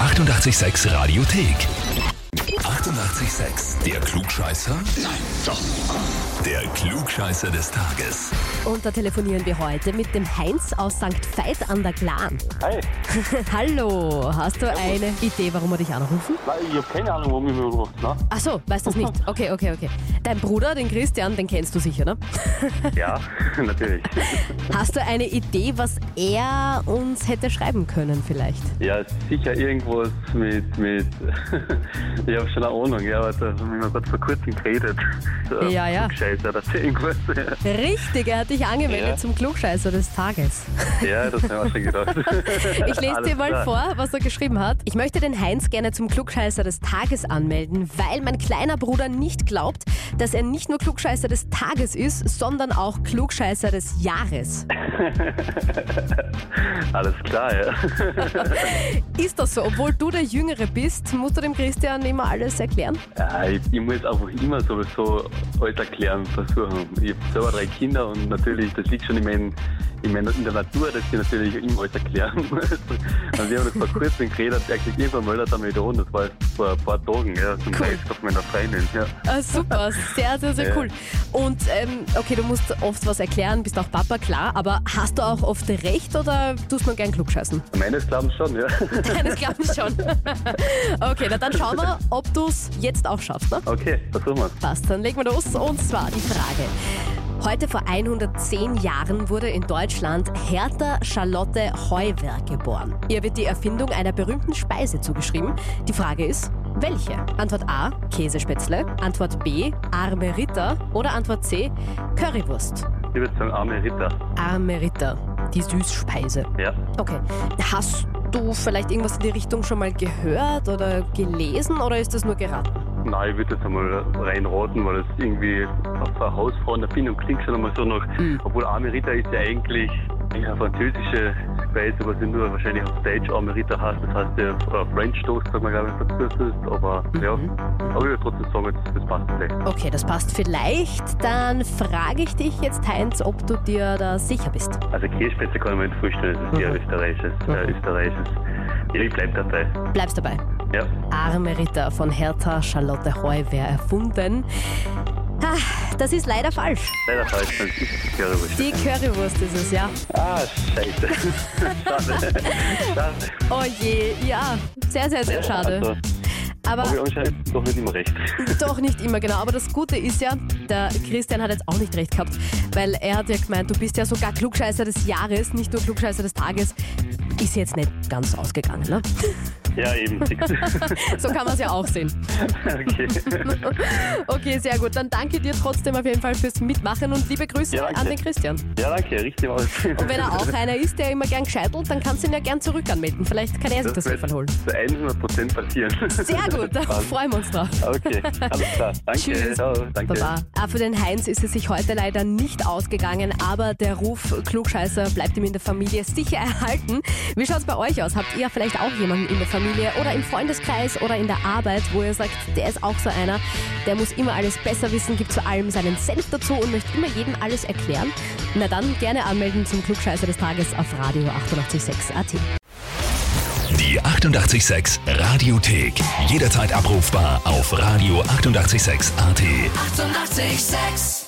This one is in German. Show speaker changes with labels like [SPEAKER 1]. [SPEAKER 1] 886 Radiothek. 88,6. Der Klugscheißer? Nein, doch. Der Klugscheißer des Tages.
[SPEAKER 2] Und da telefonieren wir heute mit dem Heinz aus St. Veit an der Glan.
[SPEAKER 3] Hi.
[SPEAKER 2] Hallo, hast du eine Idee, warum wir dich anrufen?
[SPEAKER 3] Nein, ich habe keine Ahnung, warum ich mich ruft. Ne?
[SPEAKER 2] Ach so, weißt das nicht. Okay, okay, okay. Dein Bruder, den Christian, den kennst du sicher, ne?
[SPEAKER 3] Ja, natürlich.
[SPEAKER 2] Hast du eine Idee, was er uns hätte schreiben können vielleicht?
[SPEAKER 3] Ja, sicher irgendwas mit. mit ich habe schon eine Ahnung, ja, aber da haben wir gerade vor kurzem geredet. So,
[SPEAKER 2] Ja, ja.
[SPEAKER 3] Scheiße, das ist irgendwas.
[SPEAKER 2] Richtig, er hat dich angemeldet
[SPEAKER 3] Ja.
[SPEAKER 2] zum Klugscheißer des Tages.
[SPEAKER 3] Ja, das haben wir schon gedacht.
[SPEAKER 2] Ich lese dir mal vor, was er geschrieben hat. Ich möchte den Heinz gerne zum Klugscheißer des Tages anmelden, weil mein kleiner Bruder nicht glaubt, dass er nicht nur Klugscheißer des Tages ist, sondern auch Klugscheißer des Jahres.
[SPEAKER 3] Alles klar, ja.
[SPEAKER 2] Ist das so? Obwohl du der Jüngere bist, musst du dem Christian immer alles erklären?
[SPEAKER 3] ja ich, ich muss einfach immer sowieso alles erklären, versuchen. Ich habe selber drei Kinder und natürlich, das liegt schon in, mein, in, mein, in der Natur, dass ich natürlich immer alles erklären muss. Und wir haben das vor kurzem geredet, er kriegt irgendwann Möller damit an, das war jetzt vor ein paar Tagen, ja, zum
[SPEAKER 2] Cool.
[SPEAKER 3] cool. auf meiner Freundin. Ja.
[SPEAKER 2] Ah, super, sehr, sehr, sehr
[SPEAKER 3] Ja.
[SPEAKER 2] cool. Und ähm, okay, du musst oft was erklären, bist auch Papa, klar, aber hast du auch oft recht oder tust man gern klugscheißen?
[SPEAKER 3] Meines Glaubens schon, ja.
[SPEAKER 2] Deines Glaubens schon. Okay, na dann schauen wir, ob du es jetzt auch schaffst. Ne?
[SPEAKER 3] Okay, versuchen wir
[SPEAKER 2] Passt, dann legen wir los. Und zwar die Frage. Heute vor 110 Jahren wurde in Deutschland Hertha Charlotte Heuwer geboren. Ihr wird die Erfindung einer berühmten Speise zugeschrieben. Die Frage ist, welche? Antwort A, Käsespätzle. Antwort B, arme Ritter. Oder Antwort C, Currywurst.
[SPEAKER 3] Ich würde sagen, arme Ritter.
[SPEAKER 2] Arme Ritter, die Süßspeise.
[SPEAKER 3] Ja.
[SPEAKER 2] Okay. Hast du vielleicht irgendwas in die Richtung schon mal gehört oder gelesen oder ist das nur geraten?
[SPEAKER 3] Nein, ich würde das einmal reinraten, weil das irgendwie auf eine Hausfrauenerfindung klingt schon einmal so nach.
[SPEAKER 2] Mhm.
[SPEAKER 3] Obwohl arme Ritter ist ja eigentlich eine französische Speise, was ja nur wahrscheinlich auf Deutsch arme Ritter heißt. Das heißt ja äh, French Toast, sagt man glaube ich, dazu ist. Aber
[SPEAKER 2] Mhm.
[SPEAKER 3] ja, aber ich würde trotzdem sagen, das, das passt vielleicht.
[SPEAKER 2] Okay, das passt vielleicht. Dann frage ich dich jetzt, Heinz, ob du dir da sicher bist.
[SPEAKER 3] Also Kirschspätzle kann ich mir nicht vorstellen, das ist
[SPEAKER 2] Mhm.
[SPEAKER 3] ja österreichisches. Äh, österreichisches. Ja, ich bleib dabei.
[SPEAKER 2] Bleibst dabei.
[SPEAKER 3] Ja.
[SPEAKER 2] Arme Ritter von Hertha Charlotte Heu wäre erfunden. Ah, Das ist leider falsch.
[SPEAKER 3] Leider falsch, dann ist es Currywurst.
[SPEAKER 2] Die Currywurst ist es, ja.
[SPEAKER 3] Ah, scheiße. Schade. Schade.
[SPEAKER 2] Oh je, ja. Sehr, sehr, sehr schade.
[SPEAKER 3] Also,
[SPEAKER 2] Aber
[SPEAKER 3] habe ich anscheinend doch nicht immer recht.
[SPEAKER 2] Doch nicht immer genau, aber das Gute ist ja, der Christian hat jetzt auch nicht recht gehabt, weil er hat ja gemeint, du bist ja sogar Klugscheißer des Jahres, nicht nur Klugscheißer des Tages. Ist jetzt nicht ganz ausgegangen, ne?
[SPEAKER 3] Ja, eben.
[SPEAKER 2] So kann man es ja auch sehen.
[SPEAKER 3] okay.
[SPEAKER 2] Okay, sehr gut. Dann danke dir trotzdem auf jeden Fall fürs Mitmachen und liebe Grüße
[SPEAKER 3] Ja, danke.
[SPEAKER 2] an den Christian. Und
[SPEAKER 3] Ja, danke, richtig aus. Und
[SPEAKER 2] wenn er auch einer ist, der immer gern gescheitelt, dann kannst du ihn ja gern zurück anmelden. Vielleicht kann er sich das, das Hilfe holen.
[SPEAKER 3] zu 100% passieren.
[SPEAKER 2] Sehr gut, da freuen wir uns drauf.
[SPEAKER 3] Okay, alles klar. Danke.
[SPEAKER 2] Tschüss.
[SPEAKER 3] Ciao, danke.
[SPEAKER 2] Baba. Ah, Für den Heinz ist es sich heute leider nicht ausgegangen, aber der Ruf Klugscheißer bleibt ihm in der Familie sicher erhalten. Wie schaut's bei euch aus? Habt ihr vielleicht auch jemanden in der Familie oder im Freundeskreis oder in der Arbeit, wo ihr sagt, der ist auch so einer, der muss immer alles besser wissen, gibt zu allem seinen Senf dazu und möchte immer jedem alles erklären? Na dann gerne anmelden zum Klugscheißer des Tages auf Radio 886 AT.
[SPEAKER 1] Die 88,6 Radiothek. Jederzeit abrufbar auf radio886.at. 88,6.
[SPEAKER 4] Eighty-eight, sex.